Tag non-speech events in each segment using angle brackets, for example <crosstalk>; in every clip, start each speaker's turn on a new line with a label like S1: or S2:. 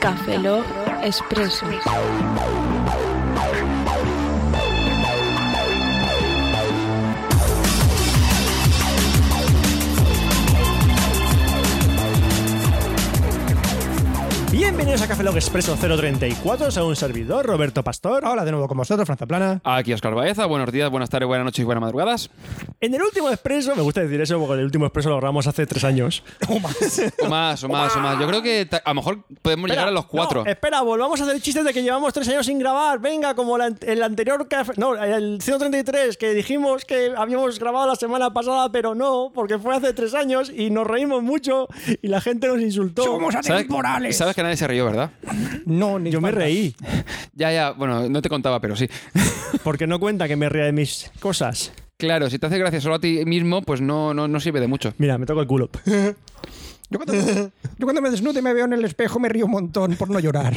S1: Café Log Expreso.
S2: Bienvenidos a Café Log Expreso 034, soy un servidor, Roberto Pastor.
S3: Hola de nuevo con vosotros, Franza Plana.
S4: Aquí Oscar Baeza, buenos días, buenas tardes, buenas noches y buenas madrugadas.
S2: En el último expreso, me gusta decir eso porque el último expreso lo grabamos hace tres años.
S4: O más, o más, o más. Yo creo que ta- a lo mejor podemos llegar a los cuatro.
S2: No, espera, volvamos a hacer chistes de que llevamos tres años sin grabar. Venga, como la- el anterior café- No, el 133 que dijimos que habíamos grabado la semana pasada, pero no, porque fue hace tres años y nos reímos mucho y la gente nos insultó.
S3: Somos
S4: ¿Sabes,
S3: atemporales.
S4: sabes que nadie se rió, ¿verdad?
S3: No, ni
S2: Yo me
S3: falta.
S2: reí,
S4: Ya, ya, bueno, no te contaba, pero sí. <laughs>
S2: porque no cuenta que me ría de mis cosas.
S4: Claro, si te hace gracia solo a ti mismo, pues no, no, no sirve de mucho.
S2: Mira, me toco el
S3: <laughs>
S2: culo.
S3: Yo cuando, yo cuando me desnudo y me veo en el espejo me río un montón por no llorar.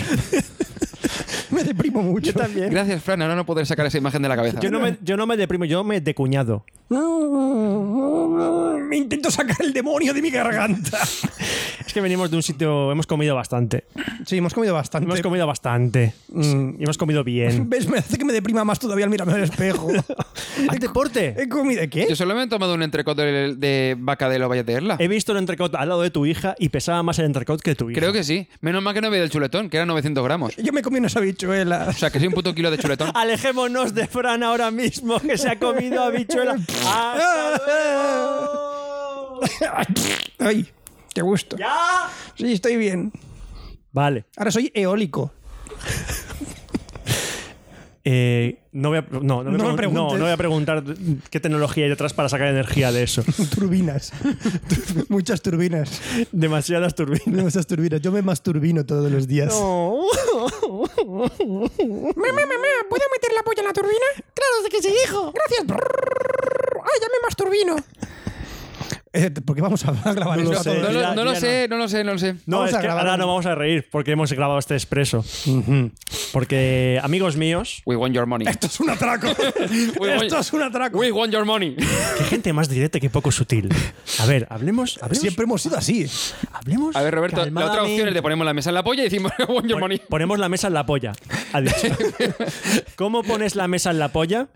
S3: me deprimo mucho.
S2: Yo también.
S4: Gracias, Fran, ahora no poder sacar esa imagen de la cabeza.
S2: Yo no, me, yo no me deprimo, yo me decuñado.
S3: Me intento sacar el demonio de mi garganta.
S2: <laughs> Es que venimos de un sitio, hemos comido bastante.
S3: Sí, hemos comido bastante.
S2: Hemos comido bastante.
S3: Mm.
S2: Y hemos comido
S3: <laughs>
S2: bien.
S3: ¿Ves? Me hace que me deprima más todavía al mirarme al espejo.
S2: ¡Haz deporte!
S3: ¿He comido qué?
S4: Yo solo me he tomado un entrecot de, de vaca de los Valles de Erla.
S2: He visto el entrecot al lado de tu hija y pesaba más el entrecot que tu hija.
S4: Creo que sí. Menos mal que no veía el chuletón, que era 900 gramos.
S3: Yo me comí unas
S4: O
S3: habichuelas. <laughs>
S4: sea, que soy un puto kilo
S2: <laughs>
S4: de chuletón.
S2: Alejémonos de Fran ahora mismo, que se ha comido
S3: <laughs>
S2: habichuela. ¡Hasta luego!
S3: Ay, qué gusto.
S2: ¡Ya!
S3: Sí, estoy bien.
S2: Vale.
S3: Ahora soy eólico.
S2: eh, no, voy a, no, no, voy a
S3: No me
S2: pregun-
S3: preguntes.
S2: no, no voy a preguntar qué tecnología hay detrás para sacar energía de
S3: <laughs>
S2: eso.
S3: Turbinas. Tur- Muchas turbinas.
S2: Demasiadas turbinas.
S3: Muchas turbinas. Yo me masturbino todos los días. Mamá, mamá, ¿puedo meter la polla en la turbina? Claro, desde que sí, hijo. Gracias. Ay, ya me masturbino. Eh, ¿Por qué vamos a grabar
S2: No lo
S3: esto?
S2: sé.
S4: No lo,
S2: Ya-
S4: no lo
S2: ya
S4: sé, no lo sé, no lo sé.
S2: No,
S3: Vamos
S2: es
S3: a
S2: que
S3: grabar
S2: ahora
S3: un-
S2: no vamos a reír porque hemos grabado este expreso. Porque, amigos míos,
S4: We want your money.
S3: Esto es
S2: <laughs>
S3: un atraco.
S4: We want-
S3: Esto es un atraco.
S4: We want your money.
S2: qué gente más directa que poco sutil. A ver, hablemos, hablemos,
S3: Siempre hemos sido así.
S2: hablemos.
S4: A ver, Roberto, la otra opción es
S2: calmadamente.
S4: le ponemos la mesa en la polla y decimos <laughs> We want your money.
S2: Pon- Ponemos la mesa en la polla. Ha dicho.
S4: <laughs>
S2: ¿Cómo pones la mesa en la polla?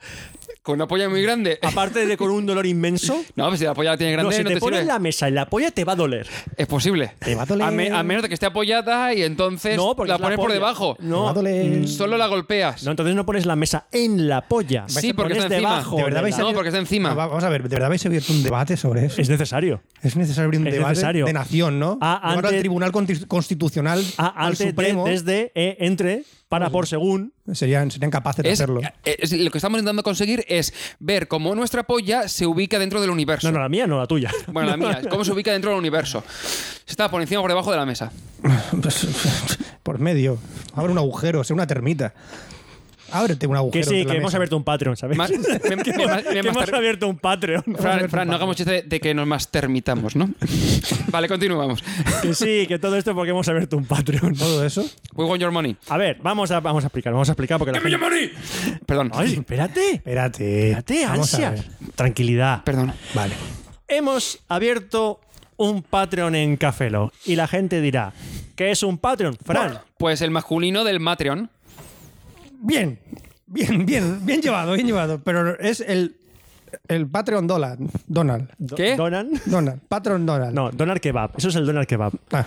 S4: Con una polla muy grande.
S2: Aparte de con un dolor inmenso.
S4: No, pues si la polla la tiene grande,
S2: no,
S4: no,
S2: si te,
S4: te
S2: pones
S4: sirve.
S2: la mesa en la polla te va a doler.
S4: Es posible.
S3: va a doler.
S4: me- a menos de que esté apoyada y entonces
S2: No, porque
S4: la
S2: es la
S4: pones por
S2: polla.
S4: debajo.
S2: No.
S3: Me va a doler.
S2: Mm,
S4: Solo la golpeas.
S2: No, entonces no pones la mesa en la polla.
S4: Sí, porque
S2: pones
S4: está encima.
S2: debajo.
S3: ¿De verdad
S2: de
S3: vais a-
S2: la-
S4: No, porque está encima.
S3: Va- Vamos a ver, ¿de verdad habéis abierto un debate sobre eso?
S2: Es necesario.
S3: Es necesario abrir un
S2: Es
S3: debate
S2: necesario.
S3: de nación, ¿no?
S2: Ah,
S3: Llevarlo
S2: antes-
S3: al Tribunal Conti- Constitucional,
S2: Ah,
S3: al
S2: antes de-
S3: Supremo,
S2: desde, eh, entre, para, por, según.
S3: serían, serían capaces de
S4: Es- eh,
S3: hacerlo.
S4: es- lo que estamos intentando conseguir es ver cómo nuestra polla se ubica dentro del universo.
S2: No, no, la mía no, la tuya.
S4: Bueno, la mía, cómo se ubica dentro del universo. Se está por encima o por debajo de la mesa.
S3: <laughs> Por medio. Abre un agujero, sea una termita. Ábrete un agujero.
S2: Que sí,
S3: de la
S2: que hemos
S3: mesa.
S2: abierto un Patreon, ¿sabes? <laughs>
S4: Más- me- me-
S2: que
S4: me- me-
S2: hemos
S4: mastar-
S2: abierto un Patreon. <laughs>
S4: Fran, Fran, no hagamos chiste de, de que nos más termitamos, ¿no? <laughs> vale, continuamos.
S2: Que sí, que todo esto porque hemos abierto un Patreon.
S3: Todo eso.
S4: We want your money.
S2: A ver, vamos a, vamos a explicar, vamos a explicar porque la gente-
S4: Perdón.
S2: Ay, espérate,
S3: Espérate.
S2: espérate,
S3: Vamos a
S2: ansia.
S3: ver.
S2: Tranquilidad.
S4: Perdón.
S3: Vale.
S2: Hemos abierto un Patreon en Cafelo y la gente dirá, ¿qué es un Patreon? Fran,
S4: Pues el masculino del Matreon.
S3: Bien. Bien, bien, bien llevado, bien llevado. Pero es el, el Patreon Donald. Donald.
S2: do-
S4: ¿Qué?
S2: ¿donan?
S3: Donald. Patreon Donald.
S2: No, donar kebab. Eso es el donar kebab.
S3: Ah,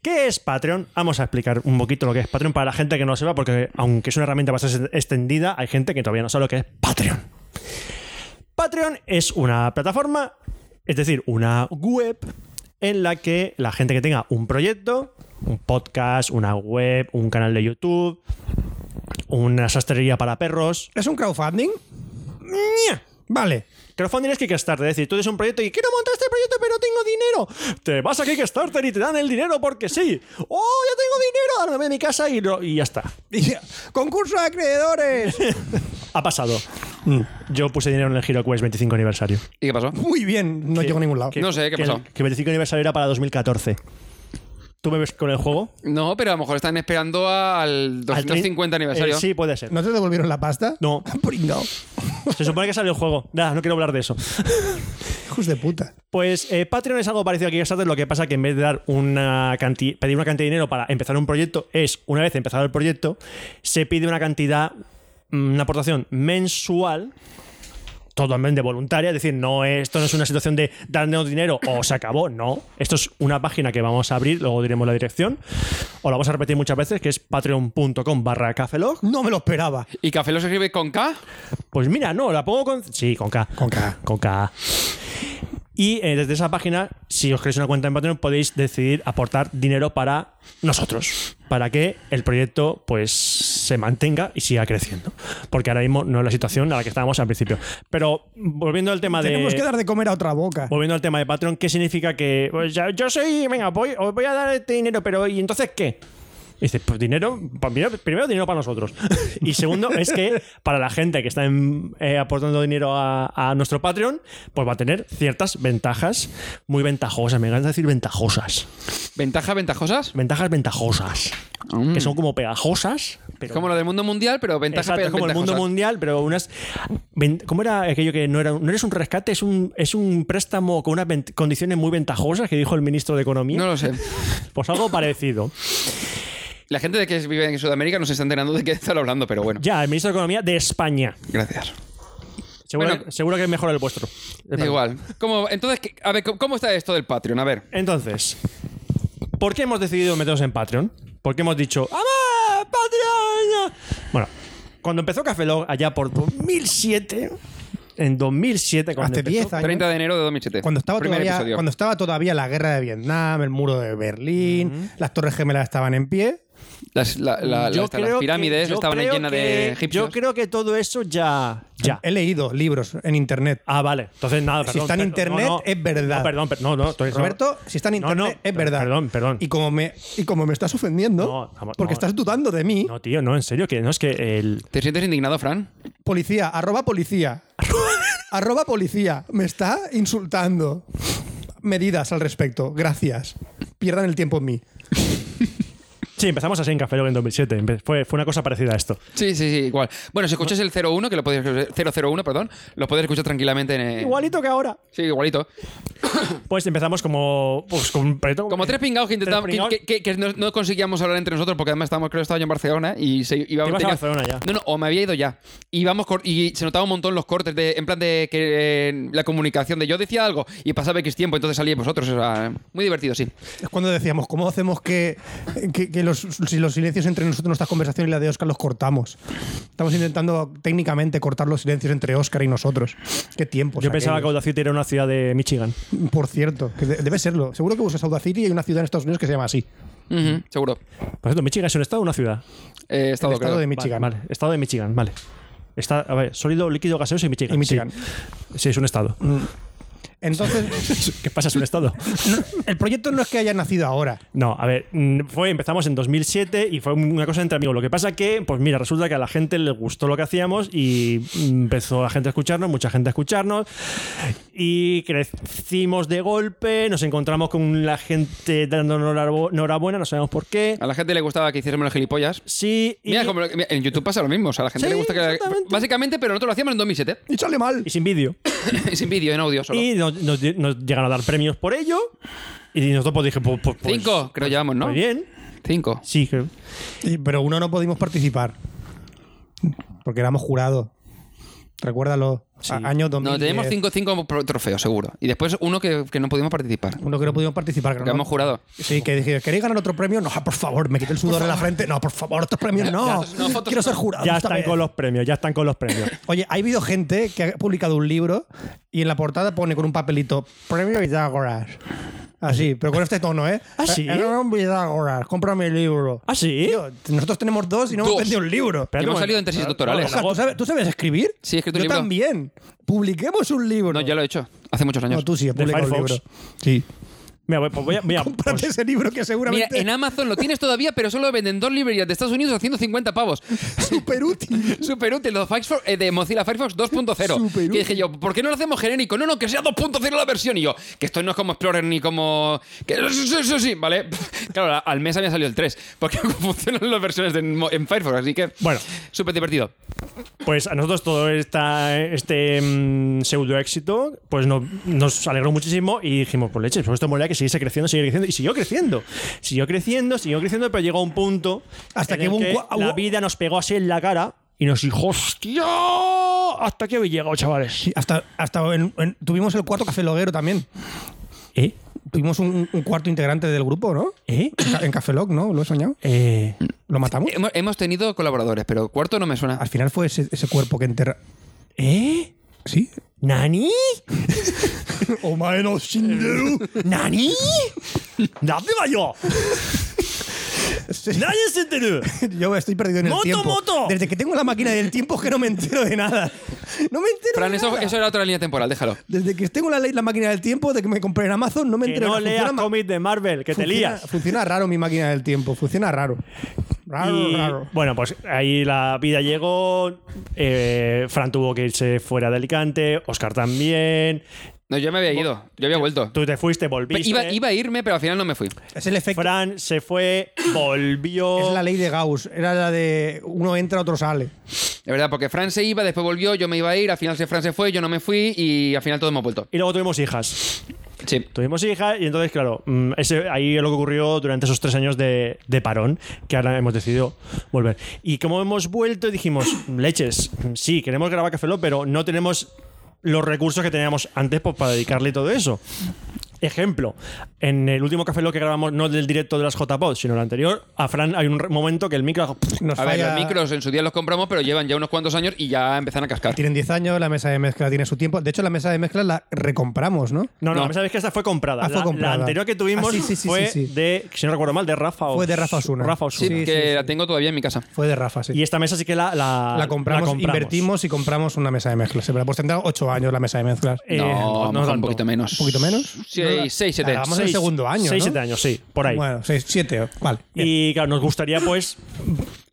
S2: ¿Qué es Patreon? Vamos a explicar un poquito lo que es Patreon para la gente que no lo sepa, porque aunque es una herramienta bastante extendida, hay gente que todavía no sabe lo que es Patreon. Patreon es una plataforma, es decir, una web en la que la gente que tenga un proyecto, un podcast, una web, un canal de YouTube, una sastrería para perros.
S3: ¿Es un crowdfunding? ¡Nya! Vale.
S2: Crowdfunding es Kickstarter, es decir, tú tienes un proyecto y quiero montar este proyecto pero no tengo dinero. Te vas a Kickstarter y te dan el dinero porque sí. ¡Oh, ya tengo dinero! Ahora me voy a mi casa y, lo- y ya está.
S3: Y- ¡Concurso
S2: <laughs>
S3: de acreedores!
S2: Ha pasado. Mm. Yo puse dinero en el HeroQuest 25 aniversario.
S4: ¿Y qué pasó?
S3: Muy bien. No llego a ningún lado.
S4: No sé, ¿qué
S2: que,
S4: pasó?
S2: Que 25 aniversario era para 2014. ¿Tú me ves con el juego?
S4: No, pero a lo mejor están esperando al
S2: Al
S4: 250
S2: tre-
S4: aniversario.
S2: Eh, sí, puede ser.
S3: ¿No te devolvieron la pasta?
S2: No.
S3: Por- no.
S2: Se supone que salió el juego. Nada, no quiero hablar de eso.
S3: Hijos de puta.
S2: Pues eh, Patreon es algo parecido a Kickstarter, lo que pasa que en vez de dar una canti- pedir una cantidad de dinero para empezar un proyecto, es una vez empezado el proyecto, se pide una cantidad, mm, una aportación mensual, totalmente voluntaria, es decir, no es- esto no es una situación de darnos dinero o se acabó, no. Esto es una página que vamos a abrir, luego diremos la dirección, o la vamos a repetir muchas veces, que es patreon.com barra cafelog.
S3: No me lo esperaba.
S4: ¿Y Café lo se escribe con K?
S2: Pues mira, no, la pongo con... Sí, con K.
S3: Con K.
S2: Con K. Y eh, desde esa página, si os creáis una cuenta en Patreon, podéis decidir aportar dinero para nosotros, para que el proyecto pues se mantenga y siga creciendo. Porque ahora mismo no es la situación a la que estábamos al principio. Pero volviendo al tema de...
S3: Tenemos que dar de comer a otra boca.
S2: Volviendo al tema de Patreon, ¿qué significa que pues, ya- yo soy, venga, voy, os voy a dar este dinero, pero ¿y entonces qué? Y dices, pues dinero, pa- primero, primero dinero para nosotros. <laughs> Y segundo, es que para la gente que está en- eh, aportando dinero a, a nuestro Patreon, pues va a tener ciertas ventajas muy ventajosas. Me encanta decir ventajosas.
S4: ¿Ventaja, ventajosas?
S2: Ventajas ventajosas. Que son como pegajosas.
S4: Es
S2: Pero
S4: como lo del mundo mundial, pero ventaja
S2: Exacto, es como el mundo
S4: ventajosas.
S2: mundial, pero unas. ven- ¿Cómo era aquello que no era no eres un rescate? Es un, es un préstamo con unas ven- condiciones muy ventajosas que dijo el ministro de Economía.
S4: No lo sé.
S2: Pues algo parecido.
S4: La gente de que vive en Sudamérica no se está enterando de qué están hablando, pero bueno.
S2: Ya, el ministro de Economía de España.
S4: Gracias.
S2: Seguro,
S4: Bueno.
S2: seguro que es mejor el vuestro.
S4: Da igual. ¿Cómo, entonces, ¿qué- a ver, ¿cómo- ¿cómo está esto del Patreon? A ver.
S2: Entonces, ¿por qué hemos decidido meternos en Patreon? ¿Por qué hemos dicho ¡Ama! ¡Patreon! Bueno, cuando empezó Café Log, allá por 2007, en 2007, cuando
S3: Hace
S2: empezó-
S3: 10 años.
S4: 30 de enero de 2007.
S3: Cuando estaba,
S4: Primer
S3: todavía,
S4: episodio.
S3: cuando estaba todavía la guerra de Vietnam, el muro de Berlín, las Torres Gemelas estaban en pie.
S4: Las, la- la-
S2: Yo
S4: las- las
S2: creo que-
S4: pirámides
S2: yo
S4: estaban
S2: creo
S4: llenas
S2: que-
S4: de egipcios.
S2: Yo creo que todo eso ya. ya.
S3: He leído libros en internet.
S2: Ah, vale. Entonces nada,
S3: Si
S2: perdón.
S3: está en
S2: perdón,
S3: internet, es verdad.
S2: No, perdón, per- no, no. estoy-
S3: Roberto, si está en
S2: No,
S3: internet,
S2: no,
S3: es
S2: per-
S3: verdad.
S2: Perdón, perdón.
S3: Y como me, y como me estás ofendiendo,
S2: No, vamos,
S3: porque
S2: no.
S3: estás dudando de mí,
S2: No, tío, no, en serio, que no es que el.
S4: ¿Te sientes indignado, Fran?
S3: policía, arroba
S2: <laughs>
S3: policía. arroba policía. Me está insultando. Medidas al respecto. Gracias. Pierdan el tiempo en mí.
S2: Sí, empezamos así en Café Lock en 2007. Empe- Fue, fue una cosa parecida a esto.
S4: Sí, sí, sí, igual. Bueno, si escuchas el 01, que lo podéis 001, perdón, lo podéis escuchar tranquilamente en. eh,
S2: Igualito que ahora.
S4: Sí, igualito.
S2: Pues empezamos como. Pues con un proyecto.
S4: Como tres pingados que intentamos,
S2: Tres pingaos.
S4: que, que- que no, no conseguíamos hablar entre nosotros porque además estábamos, creo que estaba yo en Barcelona y se iba
S2: Te ibas a
S4: tenía-
S2: Barcelona ya.
S4: No, no, o me había ido ya. Y, vamos cor- y se notaba un montón los cortes, de, en plan de que eh, la comunicación de yo decía algo y pasaba X tiempo, entonces salíais vosotros. o sea, muy divertido, sí.
S3: Es cuando decíamos, ¿cómo hacemos que, que- que los, si los silencios entre nosotros, nuestras conversaciones y la de Oscar los cortamos? Estamos intentando técnicamente cortar los silencios entre Oscar y nosotros. Qué tiempo.
S2: Yo pensaba que Audacity era una ciudad de Michigan.
S3: Por cierto, que de- debe serlo. Seguro que usas Audacity y hay una ciudad en Estados Unidos que se llama así.
S4: Ujú, seguro.
S2: Por cierto, ¿Michigan es un estado o una ciudad?
S4: Eh, he
S3: El
S4: estado,
S3: estado
S4: creo.
S3: de Michigan.
S2: Vale, vale, estado de Michigan, vale. Está, a ver, sólido, líquido, gaseoso y Michigan.
S3: Y Michigan. Mm.
S2: Sí. Sí, es un estado.
S3: Entonces,
S2: <laughs> ¿Qué pasa? Es un
S3: <laughs>
S2: estado.
S3: el proyecto no es que haya nacido ahora.
S2: No, a ver, mm, fue, empezamos en 2007 y fue una cosa entre amigos. Lo que pasa que, pues mira, resulta que a la gente le gustó lo que hacíamos y mm, empezó la gente a escucharnos, mucha gente a escucharnos y crecimos de golpe, nos encontramos con la gente dándonos la bo- enhorabuena, no sabemos por qué.
S4: A la gente le gustaba que hiciéramos el gilipollas.
S2: Sí, y,
S4: Ah. Mira, como- mira, en YouTube pasa lo mismo. O sea, a la gente
S2: Sí,
S4: le gusta que.
S2: exactamente.
S4: Básicamente, pero nosotros lo hacíamos en 2007.
S3: Y sale mal.
S2: y sin vídeo.
S4: <laughs> Sin vídeo, en audio solo.
S2: Y nos, nos di- nos llegaron a dar premios por ello y nosotros pues dije, pues... pues- pues-
S4: Cinco, creo llevamos, ¿no?
S2: Muy bien.
S4: Cinco.
S2: Sí, creo.
S3: Y- pero uno no pudimos participar. Porque éramos jurados. Recuérdalo.
S2: Sí.
S3: A- año 2000.
S4: No, tenemos cinco, cinco pro- trofeos, seguro. Y después uno que, que no pudimos participar.
S3: Uno que no pudimos participar. que
S4: Porque
S3: no-
S4: hemos jurado.
S3: Sí, que dije, ¿queréis ganar otro premio? No, por favor, me quité el sudor de la frente. No, por favor, otros premios no.
S4: ya, no, fotos
S3: Quiero ser jurado.
S2: Ya
S3: esta
S2: están
S3: vez.
S2: con los premios, ya están con los premios.
S3: Oye, ha habido gente que ha publicado un libro y en la portada pone con un papelito Premio Pitágoras. Así, pero con este tono, ¿eh?
S2: ¿Ah, sí?
S3: Premio Pitágoras, cómprame el libro.
S2: ¿Ah, sí?
S3: Tío, nosotros tenemos dos y no
S4: Dos.
S3: hemos vendido un libro.
S2: Espérate
S4: Hemos
S2: un momento.
S4: salido en tesis doctorales.
S3: Oscar, ¿tú sabes, tú sabes escribir?
S4: Sí, he escrito un
S3: Yo
S4: libro.
S3: también. Publiquemos un libro.
S4: No, ya lo he hecho. Hace muchos años.
S3: No, tú sí, he
S2: De
S3: publicado un
S2: Firefox.
S3: libro. Sí.
S2: Mira, voy- pues voy a... mira,
S3: Cómprate
S2: pues-
S3: ese libro que
S4: Mira,
S3: seguramente
S4: en Amazon lo tienes todavía, pero solo venden dos librerías de Estados Unidos a 150 pavos.
S3: es súper útil.
S4: Súper útil, los Firefox- eh, de Mozilla Firefox
S3: <laughs>
S4: 2.0.
S3: Superútil.
S4: Que dije yo, ¿por qué no lo hacemos genérico? No, no, que sea 2.0 la versión. Y yo, que esto no es como Explorer ni como. Que... Sí, sí, sí, sí, ¿vale? <laughs> Claro, al <laughs> mes había salido el 3, porque funcionan las versiones de- en Firefox, así que.
S2: Bueno.
S4: Súper divertido.
S2: Pues a nosotros todo esta, este mm, pseudo éxito pues no- nos alegró muchísimo y dijimos, pues leche, pues esto molaría que siguiese creciendo, siguiera creciendo y siguió creciendo. Siguió creciendo, siguió creciendo, pero llegó a un punto
S3: Hasta
S2: en
S3: que
S2: el
S3: hubo un cua-
S2: la
S3: hubo-
S2: vida nos pegó así en la cara y nos dijo, hostia, hasta aquí habéis llegado, chavales.
S3: Sí, hasta, hasta en- en- tuvimos el cuarto café loguero también.
S2: ¿Eh?
S3: Tuvimos un, un cuarto integrante del grupo, ¿no?
S2: ¿Eh?
S3: En Ca- En Café Log, ¿no? ¿Lo he soñado?
S2: Eh,
S3: ¿Lo matamos?
S4: Hemos, hemos tenido colaboradores, pero cuarto no me suena.
S3: Al final fue ese, ese cuerpo que enterra.
S2: ¿Eh? <laughs>
S3: ¿Sí?
S2: ¿Nani?
S3: ¡O no Shinderu!
S2: ¿Nani? ¿Dónde va yo?
S3: Sí.
S2: ¡Nadie se enteró!
S3: <laughs> Yo estoy perdido en el
S2: ¡Moto,
S3: tiempo.
S2: moto!
S3: Desde que tengo la máquina del tiempo es que no me entero de nada. No me entero
S4: Fran,
S3: de
S4: eso,
S3: nada.
S4: eso era otra línea temporal, déjalo.
S3: Desde que tengo la, ley- la máquina del tiempo, de que me compré en Amazon, no me
S2: Que
S3: entero.
S2: no
S3: de nada.
S2: leas
S3: Funciona ma-
S2: cómics de Marvel, que te
S3: funciona-
S2: lías.
S3: Funciona raro mi máquina del tiempo. Funciona raro. Raro,
S2: Y,
S3: raro.
S2: Bueno, pues ahí la vida llegó. eh, Fran tuvo que irse fuera de Alicante. Oscar también.
S4: No, yo me había ido, yo había vuelto.
S2: Tú te fuiste, volviste.
S3: ¿eh?
S4: Iba, iba a irme, pero al final no me fui.
S3: Es el efecto.
S2: Fran se fue, volvió.
S3: Es la ley de Gauss. Era la de uno entra, otro sale.
S4: De verdad, porque Fran se iba, después volvió, yo me iba a ir, al final se- Fran se fue, yo no me fui y al final todos hemos vuelto.
S2: Y luego tuvimos hijas.
S4: Sí.
S2: Tuvimos hijas y entonces, claro, mm, ese, ahí es lo que ocurrió durante esos tres años de, de parón, que ahora hemos decidido volver. Y como hemos vuelto, dijimos, "Mm, leches, sí, queremos grabar Café Lock, pero no tenemos los recursos que teníamos antes pues, para dedicarle todo eso. Ejemplo, en el último Café Lock que grabamos, no del directo de las JPod, sino el anterior, a Fran hay un re- momento que el micro... hago-
S3: Nos
S4: A ver,
S3: falla-
S4: los micros en su día los compramos, pero llevan ya unos cuantos años y ya empiezan a cascar.
S3: Tienen 10 años, la mesa de mezcla tiene su tiempo. De hecho, la mesa de mezcla la recompramos, ¿no?
S2: No, no,
S4: No.
S2: sabes que esta fue comprada.
S3: Ah, fue
S2: La- La,
S3: comprada.
S2: anterior que tuvimos
S3: Ah, sí, sí, sí,
S2: fue
S3: sí, sí.
S2: de, si no recuerdo mal, de Rafa Osuna.
S3: Fue de Rafa Osuna.
S2: Rafa
S4: Sí,
S2: Osuna.
S3: Sí,
S4: que
S3: sí, sí.
S4: la tengo todavía en mi casa.
S3: Fue de Rafa, sí.
S2: Y esta mesa sí que la, la,
S3: la, compramos,
S2: la
S3: invertimos y compramos una mesa de mezclas. ¿verdad? Pues tendrá 8 años la mesa de mezclas.
S2: Eh, no
S4: no, mejor un
S2: tanto.
S4: poquito menos.
S3: ¿Un poquito menos? No, la-
S4: 6, 7.
S3: la grabamos en el segundo año.
S2: 6,
S3: ¿no?
S2: 7 años, sí, por ahí.
S3: Bueno, 6, 7, vale.
S2: y claro, nos gustaría pues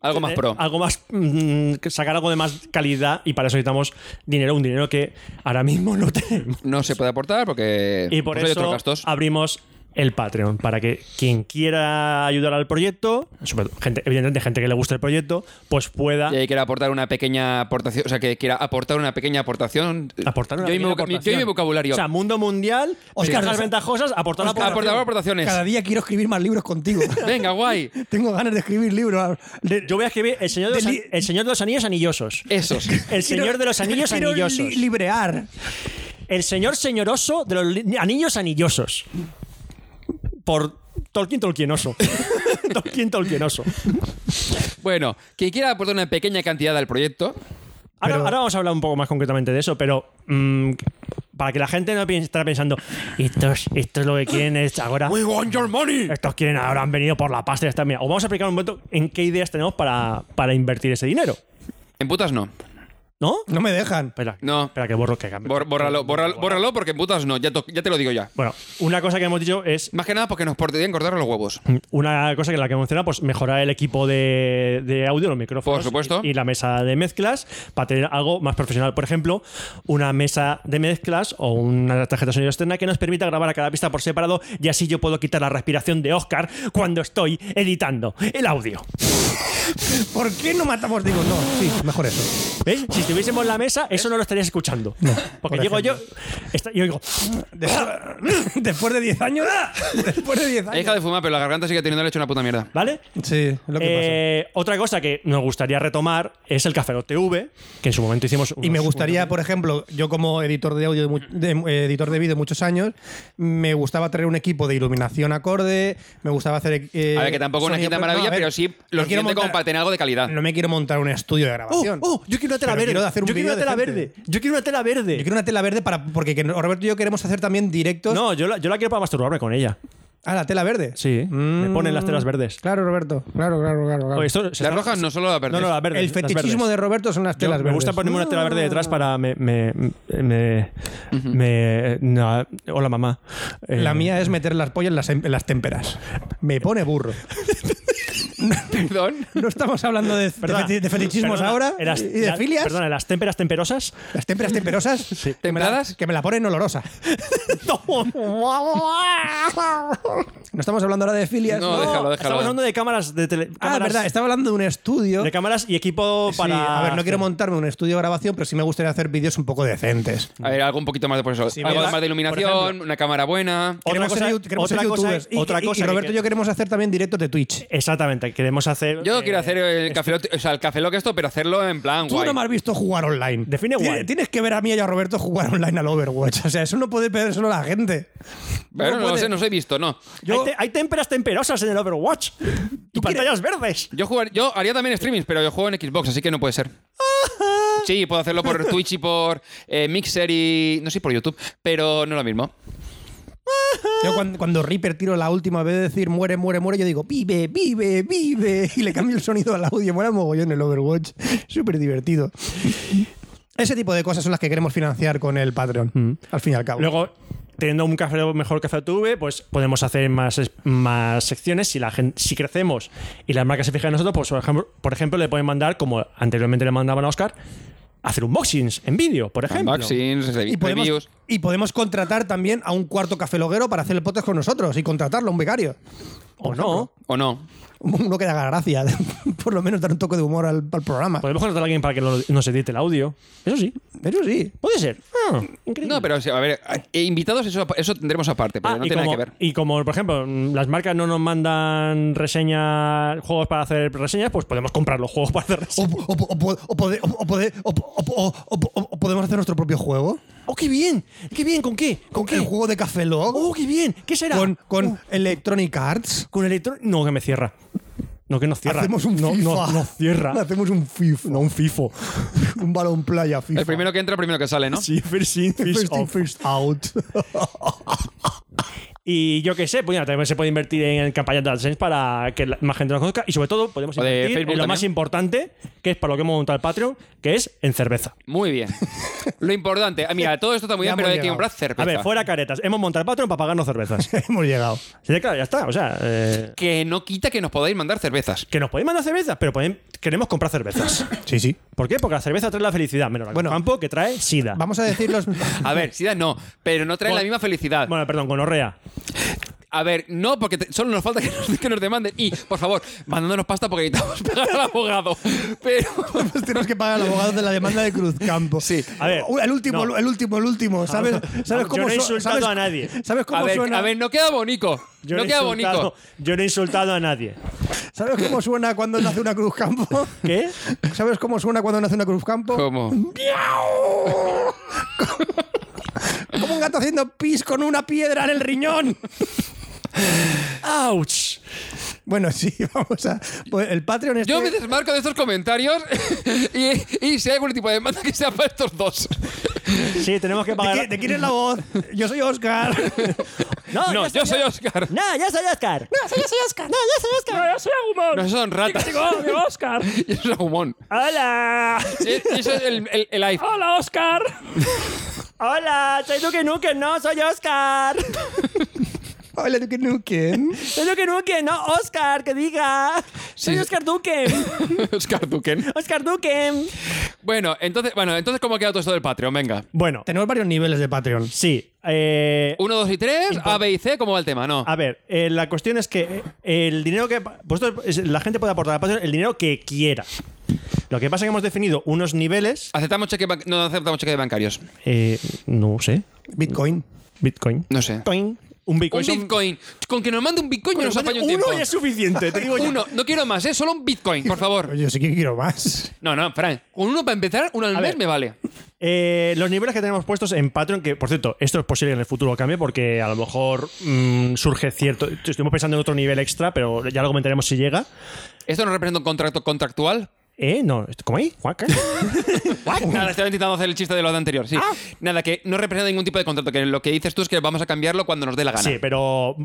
S4: Algo <laughs> más
S2: eh,
S4: pro.
S2: algo más mm, que sacar algo de más calidad y para eso necesitamos dinero, un dinero que ahora mismo no <laughs> tenemos.
S4: No se puede aportar porque
S2: Y por
S4: pues hay otros
S2: eso
S4: gastos.
S2: abrimos el Patreon para que quien quiera ayudar al proyecto, sobre todo gente, evidentemente gente que le guste el proyecto, pues pueda
S4: Y ahí quiera aportar una pequeña aportación, o sea, que quiera aportar una pequeña aportación.
S2: aportar una
S4: yo y mi
S2: pequeña
S4: voca- mi-
S2: aportación.
S4: Yo y mi vocabulario.
S2: O sea, mundo mundial,
S3: Oscar,
S2: ventajas
S3: esa-
S2: ventajosas, aportar
S4: Oscar,
S2: aportación.
S4: aportar aportaciones.
S3: Cada día quiero escribir más libros contigo.
S4: Venga,
S2: <laughs>
S4: guay.
S3: <laughs> Tengo ganas de escribir libros. De-
S2: Yo voy a escribir El Señor de los,
S3: Del-
S2: An- El Señor de los Anillos Anillosos.
S3: Eh,
S4: Esos.
S2: El
S3: quiero-
S2: Señor de los Anillos
S3: quiero li-
S2: Anillosos.
S3: librear.
S2: El Señor Señoroso de los li- Anillos Anillosos. Por Tolkien Tolkienoso. <laughs> Tolkien Tolkienoso.
S4: Bueno, quien quiera aportar una pequeña cantidad al proyecto,
S2: Ahora,
S3: Pero-
S2: ahora vamos a hablar un poco más concretamente de eso, pero mm, para que la gente no piense, estará pensando, estos, esto es lo que quieren es ahora.
S4: We want your money.
S2: Estos quieren ahora han venido por la pasta y esta mía. Os vamos a explicar un momento en qué ideas tenemos para, para invertir ese dinero.
S4: En putas no.
S2: ¿No?
S3: No me dejan.
S2: Espera,
S4: No.
S2: espera que borro que cambie.
S4: Bor- bórralo, bórralo, bórralo porque en putas no. Ya, to- ya te lo digo ya.
S2: Bueno, una cosa que hemos dicho es
S4: Más que nada porque nos podrían cortar los huevos.
S2: una cosa que la que menciona, pues mejorar el equipo de, de audio, los micrófonos
S4: Por supuesto.
S2: Y, y la mesa de mezclas para tener algo más profesional. Por ejemplo, una mesa de mezclas o una tarjeta de sonido externa que nos permita grabar a cada pista por separado y así yo puedo quitar la respiración de Oscar cuando estoy editando el audio.
S3: ¿Por qué no matamos? Digo, no, sí, mejor eso.
S2: ¿Ves? ¿Eh? Si estuviésemos en la mesa, eso no lo estarías escuchando. Porque
S3: por
S2: llego yo,
S3: ejemplo.
S2: está- yo digo, <laughs>
S3: Después, después de 10 años. ¡ah! Después de 10
S4: He dejado
S3: años.
S4: de fumar, pero la garganta sigue teniendo hecho una puta mierda.
S2: ¿vale?
S3: Sí, es lo que pasa.
S2: Eh, otra cosa que nos gustaría retomar es el Café Lock TV, que en su momento hicimos.
S3: Y me
S2: unos-
S3: gustaría, por ejemplo, yo como editor de audio, de mu- de- eh, editor de vídeo muchos años, me gustaba tener un equipo de iluminación acorde, me gustaba hacer. eh,
S4: a ver, que tampoco es una
S3: sonido-
S4: quinta
S3: no, a
S4: maravilla,
S3: ver,
S4: pero sí
S3: no
S4: lo
S3: quiero
S4: suficiente como
S3: montar-
S4: para tener algo de calidad.
S3: No me quiero montar un estudio de
S2: ¡Oh,
S3: grabación.
S2: oh! Yo quiero una tela
S3: Pero
S2: verde.
S3: quiero hacer un
S2: yo quiero una
S3: vídeo
S2: tela
S3: decente.
S2: verde. Yo quiero una tela verde.
S3: Yo quiero una tela verde para, porque que Roberto y yo queremos hacer también directos.
S2: No, yo la, yo la quiero para masturbarme con ella.
S3: Ah, la tela verde. Mm.
S2: Sí. Me ponen las telas verdes.
S3: Claro, Roberto. Claro, claro, claro. claro.
S2: Oye, esto se
S4: Las
S2: está-
S4: rojas no solo las verdes.
S2: No, no, las verdes.
S3: El fetichismo de Roberto son las
S2: Yo-
S3: telas
S2: me
S3: verdes.
S2: gusta ponerme una tela verde detrás para me me, me, me- no, hola mamá Eh,
S3: La mía es meter las pollas en las, en las témperas. Me pone burro.
S4: <laughs> Perdón.
S3: No estamos hablando de, de
S2: Perdona,
S3: feti- de fetichismos
S2: perdona,
S3: ahora
S2: en las-
S3: y de
S2: la-
S3: filias.
S2: Perdona, en las témperas
S3: <laughs>
S2: temperosas. <laughs>
S3: Las témperas temperosas. que me la-
S4: ¿Templadas?
S3: Que me la ponen olorosa. no estamos hablando ahora de filias.
S4: No, déjalo, déjalo.
S2: Estamos hablando de cámaras de tele.
S3: Ah, es
S2: cámaras-
S3: verdad. Estaba hablando de un estudio.
S2: De cámaras y equipo
S3: Sí,
S2: para.
S3: a ver, no quiero montarme un estudio de grabación, pero sí me gustaría hacer vídeos un poco decentes.
S4: A ver, algo un poquito más de por eso.
S3: Sí,
S4: algo
S3: mira,
S4: más de
S2: por
S4: iluminación,
S2: ejemplo.
S4: una cámara buena.
S2: Otra
S3: queremos
S2: cosa-
S3: ser, you- queremos
S2: otra
S3: ser
S2: cosa-
S3: youtubers. y,
S2: otra
S3: y- y
S2: cosa que
S3: Roberto y yo
S2: quiero-
S3: queremos hacer también directos de Twitch.
S2: Exactamente, queremos hacer.
S4: Yo
S2: eh,
S4: quiero hacer el café, Lock- o sea, el café Lock esto, pero hacerlo en plan
S3: Tú
S4: guay.
S3: no me has visto jugar online.
S2: Define
S3: Ti-
S2: guay.
S3: Tienes que ver a mí y a Roberto jugar online al Overwatch. O sea, eso no puede pedir solo la gente.
S4: Pero no,
S3: puede-
S4: sé, no os he visto, no.
S2: hay, te- hay témperas temperosas en el
S3: <laughs>
S2: Overwatch. Y pantallas verdes.
S4: Yo, jugar- yo haría también streamings, pero yo juego en Xbox, así que no puede
S3: <laughs>
S4: ser. Sí, puedo hacerlo por Twitch y por eh, Mixer y. No sé, por YouTube, pero no lo mismo.
S3: Yo cuando, cuando Reaper tiro la última vez de decir muere, muere, muere, yo digo vive, vive, vive. Y le cambio el sonido al audio. Mola mogollón el Overwatch. <laughs> Súper divertido. Ese tipo de cosas son las que queremos financiar con el Patreon, al fin y al cabo.
S2: Mm. Luego, teniendo un café mejor café tuve, pues podemos hacer más, es- más secciones. Si, la gen- si crecemos y las marcas se fijan en nosotros, pues, por, ejemplo, por ejemplo, le pueden mandar, como anteriormente le mandaban a Oscar, hacer unboxings en vídeo, por ejemplo.
S4: Unboxings,
S3: y podemos,
S4: reviews.
S3: y podemos contratar también a un cuarto cafeloguero para hacer el podcast con nosotros y contratarlo a un becario. <laughs>
S2: O no.
S4: ¿O no?
S3: Uno que haga gracia, <laughs> por lo menos dar un toque de humor al, al programa.
S2: Podemos contratar a alguien para que lo- nos edite el audio. Eso sí.
S3: Eso sí.
S2: Puede ser. Ah, increíble.
S4: No, pero o sea, a ver, eh, invitados, eso, eso tendremos aparte, pero
S2: Ah,
S4: no
S2: y,
S4: tiene
S2: como,
S4: nada que ver.
S2: y como, por ejemplo, mm, las marcas no nos mandan reseñas, juegos para hacer reseñas, pues podemos comprar los juegos <laughs> para hacer
S3: O,
S2: reseñas.
S3: o- o- o- o pode- o- o pode- o- o- o- o- o podemos hacer nuestro propio juego.
S2: ¡Oh, qué bien! ¡Qué bien! ¿Con qué? ¿Con qué?
S3: El juego de Café Log.
S2: ¡Oh, qué bien! ¿Qué será?
S3: con con
S2: Uh,
S3: Electronic Arts.
S2: con electro... No, que me cierra. No, que nos cierra.
S3: Hacemos un
S2: no,
S3: FIFA.
S2: No, no <laughs> cierra.
S3: <laughs> Hacemos un FIFA.
S2: No, un FIFO.
S3: <laughs> un balón playa FIFA.
S4: El primero que entra, el primero que sale, ¿no?
S2: Sí, first in, first
S3: First in,
S2: out.
S3: first out.
S2: Y yo qué sé, pues mira, también se puede invertir en campañas de AdSense para que la- más gente nos conozca. Y sobre todo, podemos
S4: O de
S2: invertir en lo
S4: Facebook
S2: más
S4: también.
S2: importante, que es para lo que hemos montado el Patreon, que es en cerveza. <laughs>
S4: Muy bien. Lo importante, ah, mira, todo esto está muy
S3: Ya
S4: bien, pero
S3: hemos
S4: hay que
S3: llegado.
S4: comprar cerveza.
S2: A ver, fuera caretas. Hemos montado el Patreon para pagarnos
S4: <laughs>
S2: cervezas.
S3: <laughs> Hemos llegado.
S2: Sí, claro, ya está. O sea, eh,
S4: Que no quita que nos podáis mandar cervezas.
S2: que nos podéis mandar cervezas, pero pueden- queremos comprar cervezas.
S3: Sí, sí.
S2: ¿Por qué? Porque la cerveza trae la felicidad, menos la
S3: Bueno.
S2: bueno, campo que trae sida.
S3: Vamos a decir
S2: <laughs>
S3: los.
S4: A ver, SIDA no, pero no trae la misma felicidad.
S2: Bueno, perdón, gonorrea.
S4: A ver, no, porque te- solo nos falta que nos, que nos demanden. Y, por favor, mandándonos pasta porque necesitamos <laughs> pagar al abogado.
S2: <laughs>
S4: Pero.
S3: Pues Tenemos que pagar al abogado de la demanda de Cruzcampo. Sí.
S2: A ver,
S3: El último,
S2: no.
S3: el último, el último. ¿Sabes, sabes
S2: Yo
S3: cómo
S2: no he
S3: su-
S2: insultado
S3: sabes-
S2: a nadie.
S3: ¿Sabes cómo
S4: A ver,
S3: suena?
S4: a ver, no queda bonito.
S2: Yo
S4: no
S2: he
S4: queda
S2: insultado-
S4: bonito.
S2: Yo no he insultado a nadie.
S3: ¿Sabes cómo suena cuando nace una cruz campo?
S2: <laughs> ¿Qué?
S3: ¿Sabes cómo suena cuando nace una cruz campo?
S4: ¿Cómo?
S3: Como un gato haciendo pis con una piedra en el riñón.
S2: ¡Auch!
S3: Bueno, sí, <laughs> vamos a. Pues el Patreon este.
S4: Yo me desmarco de estos comentarios <laughs> y, y si hay algún tipo de demanda que sea para estos dos.
S2: Sí, tenemos que
S3: ¿De,
S2: pagar.
S3: qui- de quién es la voz? Yo soy Oscar.
S2: No,
S4: No,
S2: ya
S4: yo soy Oscar.
S2: No, yo soy Oscar.
S5: No, soy, yo soy Oscar. No, yo soy Oscar.
S2: No, yo soy Agumon.
S4: No, son ratas. <laughs>
S2: Digo, Oscar.
S4: Y eso es Agumón.
S2: ¡Hola!
S4: Eh, Eso es el, el,
S2: <laughs>
S4: el iPhone.
S2: ¡Hola, Oscar! ¡Hola! Soy Duke Nukem, no, soy Oscar.
S3: Hola, Duke Nukem.
S2: Soy Duke Nukem, no, Oscar, que diga. Soy
S4: Sí.
S2: Oscar Duque.
S4: Oscar Duken.
S2: Oscar Duque.
S4: Bueno, entonces, bueno, entonces, ¿cómo ha quedado todo esto del Patreon? Venga.
S2: Bueno,
S3: Tenemos varios niveles de Patreon.
S2: sí. eh,
S4: 1, 2 y 3, A, B y C, ¿cómo va el tema? No.
S2: a ver, eh, la cuestión es que eh, el dinero que. vosotros- es- la gente puede aportar a Patreon el dinero que quiera. Lo que pasa es que hemos definido unos niveles.
S4: ¿Aceptamos cheque ban- no aceptamos cheques bancarios?
S2: eh, no sé.
S3: Bitcoin.
S2: Bitcoin.
S4: No sé.
S2: Bitcoin. Un Bitcoin.
S4: Un
S2: son-
S4: Bitcoin. Con que nos mande un Bitcoin y nos apañe un
S2: uno
S4: tiempo.
S2: ya es suficiente, te digo
S4: <laughs>
S2: yo.
S4: Uno, no quiero más, ¿eh? Solo un Bitcoin, por favor.
S3: Oye, yo sí que quiero más.
S4: No, no, Fran. Con uno para empezar, uno al mes
S2: ver.
S4: me vale.
S2: Eh, los niveles que tenemos puestos en Patreon, que por cierto, esto es posible que en el futuro cambie porque a lo mejor mm, surge cierto. Estuvimos pensando en otro nivel extra, pero ya lo comentaremos si llega.
S4: ¿Esto no representa un contrato contractual?
S2: Eh, no, ¿cómo ahí?
S4: <laughs>
S2: Juanca.
S4: Nada, estaba intentando hacer el chiste de lo de anterior, sí.
S2: Ah.
S4: Nada, que no representa ningún tipo de contrato, que lo que dices tú es que vamos a cambiarlo cuando nos dé la gana.
S2: Sí, pero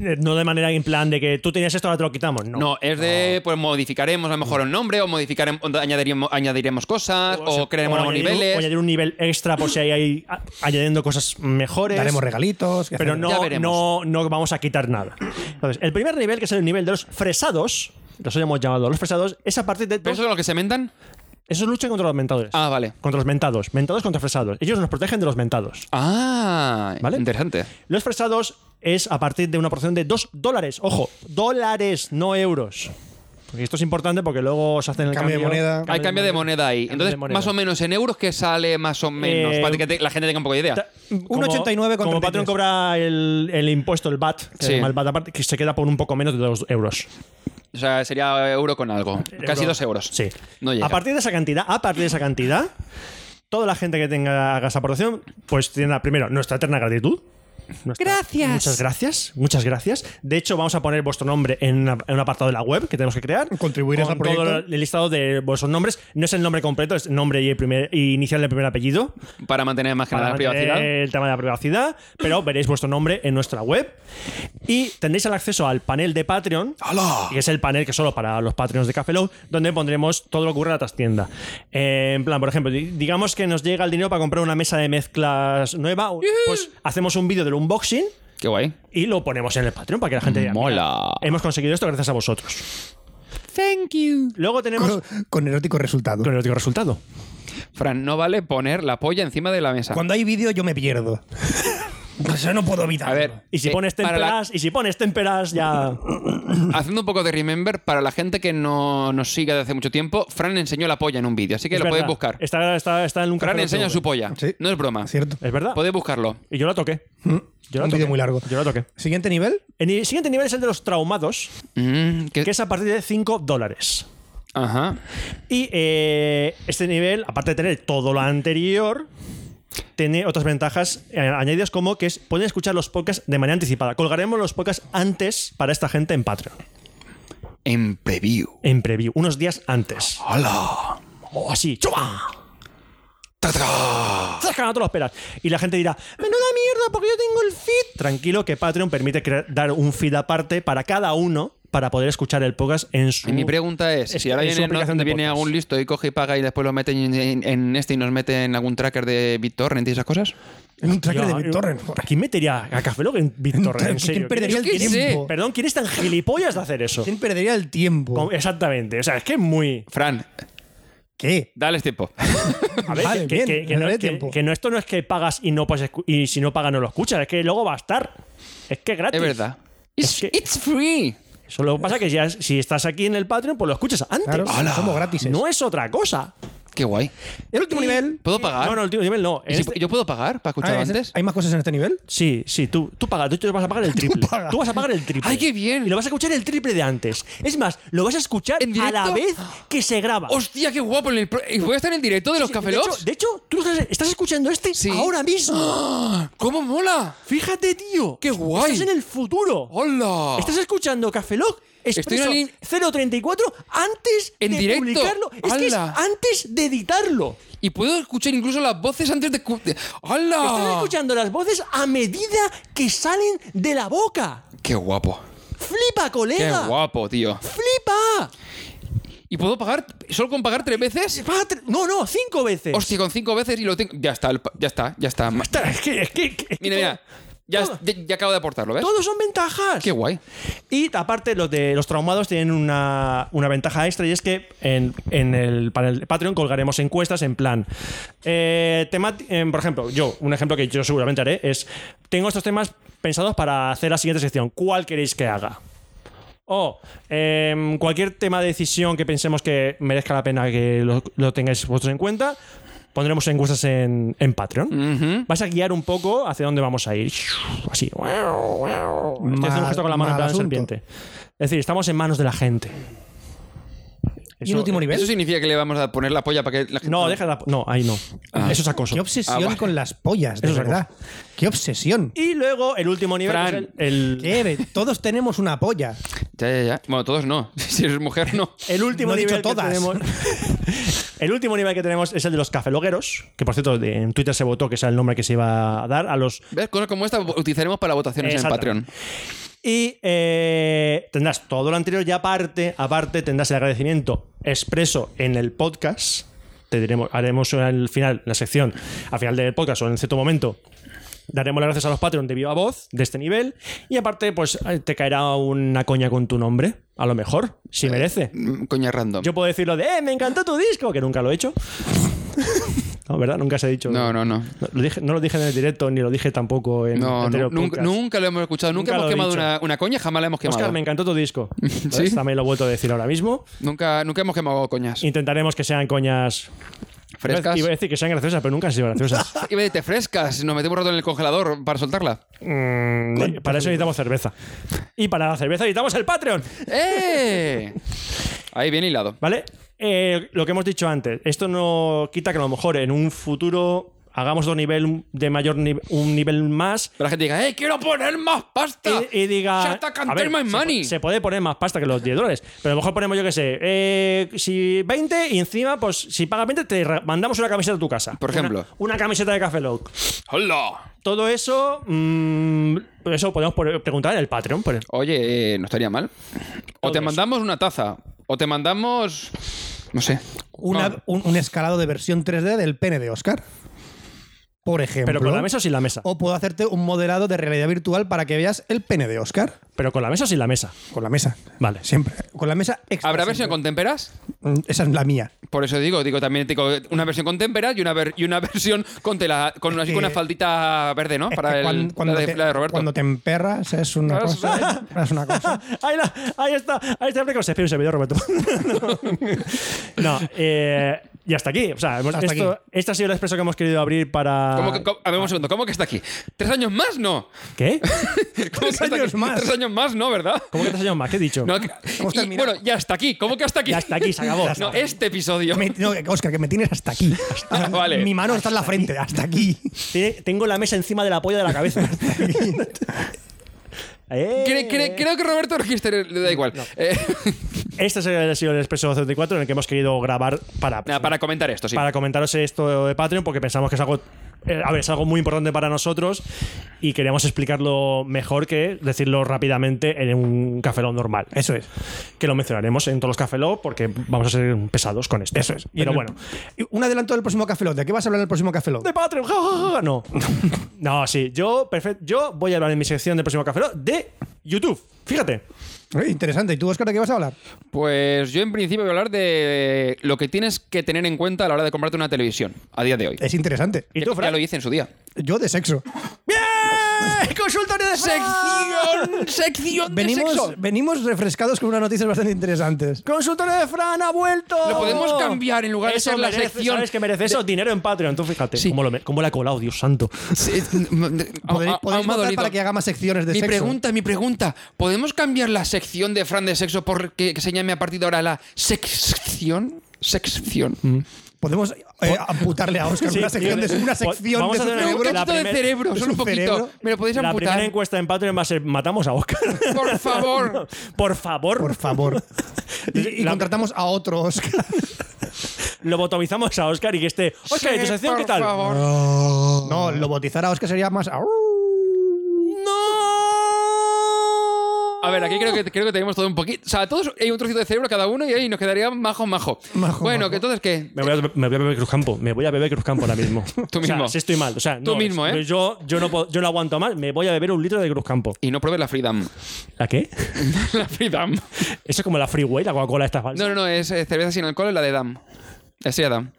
S2: eh, no de manera en plan de que tú tenías esto, ahora te lo quitamos. No.
S4: No, es de, pues modificaremos a lo mejor un nombre, o modificaremos, o añadiremos, añadiremos cosas, o,
S2: sea,
S4: crearemos nuevos
S2: añadir un-
S4: niveles.
S2: o añadir un nivel extra por si hay, hay a- añadiendo cosas mejores.
S3: Daremos regalitos. que
S2: pero
S3: hacemos-
S4: Ya
S2: no, no,
S4: veremos.
S2: no vamos a quitar nada. Entonces, el primer nivel, que es el nivel de los fresados, los hemos llamado los fresados, es a partir de.
S4: ¿Pero eso es lo que se mentan?
S2: Esos luchan contra los mentadores.
S4: Ah, vale.
S2: Contra los mentados. Mentados contra fresados. Ellos nos protegen de los mentados.
S4: Ah,
S2: ¿Vale?
S4: interesante.
S2: Los fresados es a partir de una porción de 2 dólares. Ojo, dólares, no euros. Porque esto es importante porque luego se hacen el
S3: Cambio
S2: cambio,
S3: de moneda.
S4: Hay cambio de moneda ahí. Entonces,
S2: moneda.
S4: más o menos en euros, que sale más o menos?
S2: Eh,
S4: para que te- la gente tenga un poco de idea.
S2: Ta- como-
S3: 1,89 con
S2: Como
S3: 33.
S2: Patreon cobra el, el impuesto, el VAT, que,
S4: Sí.
S2: llama el VAT aparte, que se queda por un poco menos de 2 euros.
S4: O sea, sería euro con algo. Casi
S2: Euro.
S4: dos euros.
S2: Sí.
S4: No llega.
S2: a partir de esa cantidad, a partir de esa cantidad, toda la gente que tenga haga esa aportación, pues tiene la- primero nuestra eterna gratitud. Nuestra-
S5: Gracias.
S2: Muchas gracias, muchas gracias. De hecho, vamos a poner vuestro nombre en, una- en un apartado de la web que tenemos que crear.
S3: Contribuir
S2: con
S3: al proyecto.
S2: todo el listado de vuestros nombres. No es el nombre completo, es nombre y, el primer, y inicial del primer apellido,
S4: Para mantener más que
S2: para
S4: nada la
S2: mantener
S4: privacidad.
S2: el tema de la privacidad, pero veréis vuestro nombre en nuestra web y tendréis el acceso al panel de Patreon, que es el panel que es solo para los Patreons de Café Lock, donde pondremos todo lo que ocurre en la trastienda. Eh, en plan, por ejemplo, di- digamos que nos llega el dinero para comprar una mesa de mezclas nueva, pues hacemos un vídeo del unboxing
S4: Qué guay.
S2: y lo ponemos en el Patreon para que la gente diga,
S4: Mola.
S2: "Mira, hemos conseguido esto gracias a vosotros.
S4: Thank you.
S2: Luego tenemos
S3: Con, con erótico resultado.
S2: con el último resultado.
S4: Fran, no vale poner la polla encima de la mesa.
S3: Cuando hay vídeo yo me pierdo. Eso no puedo evitar.
S4: A ver,
S2: Y si
S4: eh,
S2: pones
S4: para la-
S2: temperas, y si pones temperas ya
S4: <laughs> haciendo un poco de remember, para la gente que no nos sigue desde hace mucho tiempo, Fran enseñó la polla en un vídeo, así que
S2: Es
S4: lo
S2: verdad.
S4: podéis buscar.
S2: Está, está, está en un
S4: Fran
S2: café
S4: enseña
S2: TV.
S4: su polla.
S3: Sí.
S4: No es broma.
S3: Cierto.
S2: Es verdad.
S4: Podéis buscarlo.
S2: Y yo la toqué. Eh, Yo la
S3: Mm. Un
S2: toqué.
S3: vídeo muy largo.
S2: Yo la toqué.
S3: Siguiente nivel.
S2: En el siguiente nivel es el de los traumados,
S4: Mm, que-
S2: que es a partir de 5 dólares.
S4: Ajá.
S2: Y eh, este nivel, aparte de tener todo lo anterior, tiene otras ventajas eh, añadidas como que es, pueden escuchar los podcasts de manera anticipada. Colgaremos los podcasts antes para esta gente en Patreon,
S4: En preview.
S2: en preview, unos días antes.
S4: ¡Hala!
S2: O así, ¡chupa! ¡Zasca! No te lo esperas. Y la gente dirá, menuda mierda, porque yo tengo el feed. Tranquilo, que Patreon permite crear- dar un feed aparte para cada uno para poder escuchar el podcast en su...
S4: Y mi pregunta es,
S2: Uh, Es
S4: si
S2: que
S4: ahora
S2: es
S4: viene,
S2: una aplicación
S4: no-
S2: de
S4: viene
S2: podcast.
S4: algún listo y coge y paga y después lo mete en, en- en este y nos mete en algún tracker de BitTorrent y esas cosas.
S3: En un tracker
S2: Yo,
S3: de BitTorrent.
S2: ¿a ¿Quién metería a Café Lock en BitTorrent? En
S3: ¿Quién
S2: serio?
S3: perdería el
S4: Yo qué sé.
S3: tiempo?
S2: Perdón, ¿quién es tan gilipollas de hacer eso?
S3: ¿Quién perdería el tiempo?
S2: Como- eh, Exactamente. O sea, es que es muy...
S4: Fran,
S3: ¿Qué?
S4: dales tiempo.
S2: A ver,
S3: Vale,
S2: que,
S3: Eh, bien,
S2: que- que
S3: me
S2: no,
S3: daré
S2: que-
S3: tiempo. Ah,
S2: que no, esto no es que pagas y no puedes escu- y si no pagas no lo escuchas, es que luego va a estar. Es que es gratis.
S4: es verdad. It's,
S2: Es que-
S4: it's free.
S2: Solo pasa que ya, si estás aquí en el Patreon, pues lo escuchas antes.
S3: Claro,
S4: ¡Hala!
S3: somos gratis.
S2: No es otra cosa.
S4: Qué guay.
S3: El último nivel.
S4: ¿Puedo pagar?
S2: No, no, el último nivel no.
S4: ¿Y
S2: En
S4: si-
S2: este-
S4: ¿Yo puedo pagar para escuchar
S3: Ah, ¿es-
S4: antes?
S3: ¿Hay más cosas en este nivel?
S2: Sí, sí, tú, tú pagas. Tú te vas a pagar el
S3: <laughs>
S2: triple.
S3: pagas.
S2: vas a pagar el triple.
S4: ¡Ay, qué bien!
S2: Y lo vas a escuchar el triple de antes. Es más, lo vas a escuchar
S4: ¿En
S2: a
S4: directo?
S2: la vez que se graba.
S4: ¡Hostia, qué guapo! En el pro- ¿Y ¿Voy a estar en directo de los Café
S2: de, hecho,
S4: Locks?
S2: de hecho, tú estás, estás escuchando este
S4: Sí.
S2: ahora mismo.
S4: ¿Cómo mola?
S2: Fíjate, tío.
S4: ¡Qué guay!
S2: Estás en el futuro.
S4: ¡Hola!
S2: Estás escuchando Café Lock
S4: Estoy en
S2: Expreso
S4: la lin-
S2: 034 antes
S4: En
S2: de
S4: directo.
S2: publicarlo. Es que es
S4: ¡Hala!
S2: antes de editarlo.
S4: Y puedo escuchar incluso las voces antes de... cu- de- Ah.
S2: Estás
S4: ¡Hala!
S2: escuchando las voces a medida que salen de la boca.
S4: ¡Qué guapo!
S2: ¡Flipa,
S4: ¡Qué
S2: colega!
S4: guapo, tío!
S2: ¡Flipa!
S4: ¿Y puedo pagar solo con pagar tres veces?
S2: Va a tre- No, no, cinco veces.
S4: Hostia, con cinco veces y lo tengo... Ya está, el pa- ya está, ya está. Ma-
S2: Ostras, es que, es que- es que
S4: Mira, mira. Ya, es- ya, ya acabo de aportarlo, ¿ves?
S2: todo- Todos son ventajas.
S4: ¡Qué guay!
S2: Y aparte, los de los traumados tienen una, una ventaja extra y es que en, en el panel de Patreon colgaremos encuestas en plan. eh, tema- eh, por ejemplo, yo, un ejemplo que yo seguramente haré es: tengo estos temas pensados para hacer la siguiente sección. ¿Cuál queréis que haga? O em, cualquier tema de decisión que pensemos que merezca la pena que lo, lo tengáis vosotros en cuenta, pondremos encuestas en, en Patreon. Vas a guiar un poco hacia dónde vamos a ir. Así. Estoy haciendo un gesto con la mano en
S3: mal
S2: plan
S3: asunto.
S2: serpiente. Es decir, estamos en manos de la gente.
S3: ¿Y el
S2: Eso-
S3: último nivel?
S4: ¿Eso significa que le vamos a poner la polla para que la gente...
S2: No, deja la- No, ahí no. Eso es acoso.
S3: Qué obsesión
S4: Ah, vale.
S3: con las pollas, de
S2: Eso es
S3: verdad. Qué obsesión.
S2: Y luego el último nivel
S4: Fran,
S2: es el, el-
S3: ¿Qué? De- Todos tenemos una polla.
S4: Ya, ya, ya. Bueno, todos no. <laughs> Si eres mujer, no.
S2: El último
S3: No he
S2: nivel
S3: dicho
S2: que
S3: todas.
S2: tenemos.
S3: <laughs>
S2: el último nivel que tenemos es el de los cafelogueros, que por cierto de- en Twitter se votó que es el nombre que se iba a dar a los
S4: ¿Ves? Cosas como esta utilizaremos para votaciones en
S2: Exacto.
S4: Patreon.
S2: y eh, tendrás todo lo anterior y aparte aparte tendrás el agradecimiento expreso en el podcast. Te diremos haremos al final la sección al final del podcast o en cierto momento Daremos las gracias a los Patreon de viva voz de este nivel. Y aparte, pues eh, te caerá una coña con tu nombre, a lo mejor, si merece.
S4: Mm, Coña random.
S2: Yo puedo decirlo de, ¡eh, me encantó tu disco! Que nunca lo he hecho. <laughs> No, ¿verdad? Nunca se ha dicho.
S4: No, no, no.
S2: No lo, dije, no lo dije en el directo, ni lo dije tampoco en el
S4: No, nu-
S2: anterior
S4: nunca,
S2: podcast.
S4: nunca lo hemos escuchado, nunca,
S2: Nunca lo
S4: hemos
S2: he
S4: quemado
S2: dicho.
S4: una, una coña, jamás la hemos quemado.
S2: Oscar, me encantó tu disco. ¿Ves? También lo he vuelto a decir ahora mismo.
S4: Nunca, nunca hemos quemado coñas
S2: Intentaremos que sean coñas.
S4: frescas.
S2: Iba a decir que sean graciosas, pero nunca han sido graciosas.
S4: Iba a decirte frescas, nos metemos rato en el congelador
S2: <laughs>
S4: para soltarla.
S2: Mm, para eso necesitamos cerveza. Y para la cerveza necesitamos el Patreon.
S4: ¡Eh! Ahí bien hilado.
S2: ¿Vale? Eh, lo que hemos dicho antes, esto no quita que a lo mejor en un futuro hagamos otro nivel de mayor nivel, un nivel más.
S4: Pero la gente diga, ¡eh, quiero poner más pasta!
S2: Y, y diga.
S4: ¡Ya está
S2: a ver,
S4: cantar my
S2: se,
S4: money!
S2: se puede poner más pasta que los 10 dólares. Pero a lo mejor ponemos, yo qué sé, eh, si 20 y encima, pues si pagas 20, te re- mandamos una camiseta a tu casa.
S4: Por
S2: Una-
S4: ejemplo.
S2: Una, camiseta de Café Lock.
S4: ¡Hola!
S2: Todo eso. mm, eso podemos por- preguntar en el Patreon. por-
S4: Oye, eh, no estaría mal. O te
S2: Todos.
S4: mandamos una taza, o te mandamos. No sé.
S3: Una-
S2: Ah.
S4: No,
S3: un, un escalado de versión 3D del pene de Oscar. Por ejemplo.
S2: Pero con la mesa o sin la mesa.
S3: O puedo hacerte un modelado de realidad virtual para que veas el pene de Oscar.
S2: Pero con la mesa o sin la mesa.
S3: Con la mesa. <laughs>
S2: Vale.
S3: Siempre. Con la mesa extra.
S4: ¿Habrá versión
S3: siempre.
S4: con temperas?
S3: Mm, Esa es la mía.
S4: Por eso digo, digo también digo, una versión con témpera y una, ver- y una <laughs> versión con, tela, con, una,
S3: que-
S4: con una faldita verde, ¿no?
S3: Es
S4: Para
S3: que
S4: el-
S3: cuan- cuando,
S4: la, de,
S3: te,
S4: la de Roberto.
S3: cuando te emperras es una
S4: Claro,
S3: cosa. Es una cosa.
S2: ahí, la- ahí está, ahí está, se espera un servidor, Roberto. <laughs> no, eh, y hasta aquí. O sea, hemos-
S3: Hasta
S2: esto-
S3: aquí.
S2: este ha sido el expreso que hemos querido abrir para.
S4: ¿Cómo que- cómo- a ver, un segundo, ¿cómo que está aquí? ¿Tres años más? No. <laughs>
S2: ¿Qué?
S4: ¿Cómo que está aquí?
S3: años más.
S4: Tres años más, no, ¿verdad?
S2: ¿Cómo que te has llamado más? ¿Qué he dicho?
S4: No, que-
S3: Hemos
S4: y,
S3: terminado.
S4: bueno, ya hasta aquí. ¿Cómo que hasta aquí?
S2: Ya hasta aquí, se acabó. Ya
S4: <laughs> No,
S2: está.
S4: este episodio. <laughs>
S3: Me- no, Oscar, que me tienes hasta aquí. O sea,
S4: vale.
S3: Mi mano está en la frente, hasta aquí.
S2: Tiene- Tengo la mesa encima de la polla de la
S4: <laughs>
S2: cabeza. Eh.
S4: Cre- cre- creo que Roberto Register le da igual. Eh, <laughs>
S2: Este ha sido el expreso 54 en el que hemos querido grabar para,
S4: nada, Ah, para comentar esto, sí.
S2: para comentaros esto de Patreon porque pensamos que es algo eh, a ver, es algo muy importante para nosotros y queríamos explicarlo mejor que decirlo rápidamente en un cafelón normal. Eso es. Que lo mencionaremos en todos los cafelón porque vamos a ser pesados con esto. Eso es. Pero bueno,
S3: Y Un adelanto del próximo Café Lock. ¿De qué vas a hablar en el próximo Café Lock?
S2: de Patreon. ja, ja, ja, ja.
S4: <laughs>
S2: No. No, sí. Yo, perfecto. Yo voy a hablar en mi sección del próximo café Lock de YouTube. Fíjate.
S3: Eh, interesante. ¿Y tú, Oscar, de qué vas a hablar?
S4: Pues yo en principio voy a hablar de lo que tienes que tener en cuenta a la hora de comprarte una televisión a día de hoy.
S3: Es interesante.
S2: ¿Y
S4: Ya-
S2: tú,
S4: ya
S2: Fran?
S4: lo hice en su día.
S3: Yo de sexo.
S4: ¡Bien! ¡Consultorio de sección! ¡Sección de sexo!
S3: Ah. Venimos, venimos refrescados con unas noticias bastante interesantes.
S2: ¡Consultorio de Fran ha vuelto!
S4: Lo podemos cambiar en lugar de
S2: Eso
S4: ser la
S2: merece-
S4: sección
S2: ¿Sabes que merece eso? Dinero en Patreon. Tú fíjate
S4: Sí.
S2: cómo, lo me- cómo la ha colado, Dios santo.
S4: Sí, a-
S3: Podéis,
S4: a-
S3: podéis
S4: aún me ha
S3: votar
S4: dolido.
S3: para que haga más secciones de
S4: ah, Mi
S3: sexo.
S4: pregunta, mi pregunta. ¿Podemos cambiar la sección de Fran de sexo por que, que se llame a partir de ahora la sección? Sección.
S3: Mm. Podemos eh, amputarle a Oscar
S2: Sí,
S3: una sección de,
S2: sí,
S3: una
S2: sí.
S3: sección
S2: Vamos
S3: de
S2: a
S3: su
S2: hacer
S4: Pero un
S3: cerebro.
S2: la
S4: cachito de
S2: primer-
S4: cerebro,
S3: es
S4: solo un
S3: un
S4: poquito.
S3: cerebro.
S4: ¿Me lo podéis
S2: La primera
S4: amputar?
S2: encuesta en Patreon va a ser matamos a Oscar. <laughs>
S4: Por favor.
S2: Por favor. <laughs>
S3: Por favor. Y, y
S2: La-
S3: contratamos a otro Oscar.
S2: Lo botomizamos a Oscar y que esté. Oscar, ¿y tu
S4: Sí,
S2: sección
S4: por
S2: qué tal?
S4: favor.
S3: No, lo bautizar a Oscar sería más.
S4: A ver, aquí creo que, creo que tenemos todo un poquito. O sea, todos hay un trocito de cerebro cada uno y ahí nos quedaría majo, majo.
S3: Majo,
S4: bueno,
S3: majo.
S4: que entonces, ¿qué?
S2: Me voy, a, me voy a beber Cruzcampo. Me voy a beber Cruzcampo ahora mismo.
S4: <laughs> Tú
S2: O sea,
S4: mismo.
S2: si estoy mal. O sea,
S4: Tú
S2: no,
S4: mismo, ¿eh?
S2: Yo, yo, no, puedo- yo no aguanto mal. Me voy a beber un litro de Cruzcampo.
S4: Y no pruebes la Freedom. <laughs>
S2: ¿La qué?
S4: la Freedom.
S2: Eso es como la Freeway, la Coca-Cola esta falsa.
S4: No, no, no, es eh, cerveza sin alcohol, es la de Dam. Es de Dam.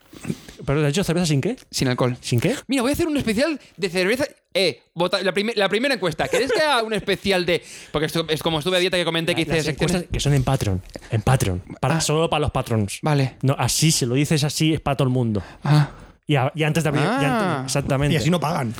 S2: ¿Pero te has hecho cerveza sin qué?
S4: Sin alcohol.
S2: ¿Sin qué?
S4: Mira, voy a hacer un especial de cerveza. Eh, vota- la, prime- la primera encuesta. ¿Queréis que haga un especial de.? Porque esto, es como estuve a dieta que comenté que hice
S2: Ah, Las
S4: secciones-
S2: encuestas que son en Patreon. En Patreon. Para, Solo para los patrons.
S4: Ah. Vale.
S2: No, así, si lo dices así, es para todo el mundo.
S4: Ah.
S2: Y, a- y antes de abrir. y
S4: Ah.
S2: antes- exactamente.
S3: Y así no pagan.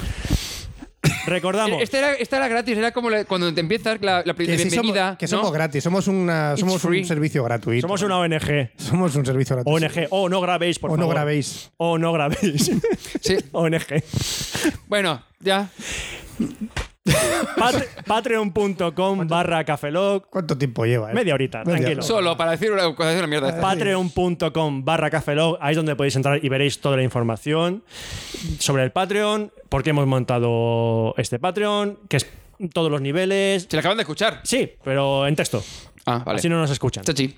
S2: Recordamos.
S4: Esta era, esta era gratis, era como la- cuando te empiezas la, la pri-
S3: Que, sí somos,
S4: bienvenida.
S3: que
S4: ¿no?
S3: somos gratis. Somos, una, somos
S4: free.
S3: un servicio gratuito.
S2: Somos una ONG.
S3: Somos un servicio gratuito.
S2: ONG. O oh, no grabéis, por
S3: O no
S2: favor.
S3: grabéis.
S2: O no grabéis. <laughs>
S4: Sí.
S2: ONG.
S4: Bueno, ya. <laughs>
S2: Pat- Patreon.com barra cafelog.
S3: ¿Cuánto tiempo lleva? eh?
S2: Media horita,
S3: Media
S2: tranquilo.
S3: hora.
S4: Solo para decir una, cosa, es una mierda.
S2: Patreon.com barra cafelog. Ahí es donde podéis entrar y veréis toda la información sobre el Patreon, por qué hemos montado este Patreon, que es todos los niveles.
S4: Se la acaban de escuchar.
S2: Sí, pero en texto.
S4: Ah, vale.
S2: Así no nos escuchan.
S4: Chachi.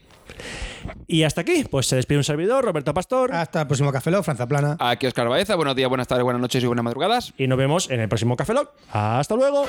S2: Y hasta aquí, pues se despide un servidor, Roberto Pastor,
S3: Hasta el próximo Café Lock, Franza Plana.
S4: Aquí Oscar Baeza, buenos días, buenas tardes, buenas noches y buenas madrugadas.
S2: y nos vemos en el próximo Café Lock. ¡Hasta luego!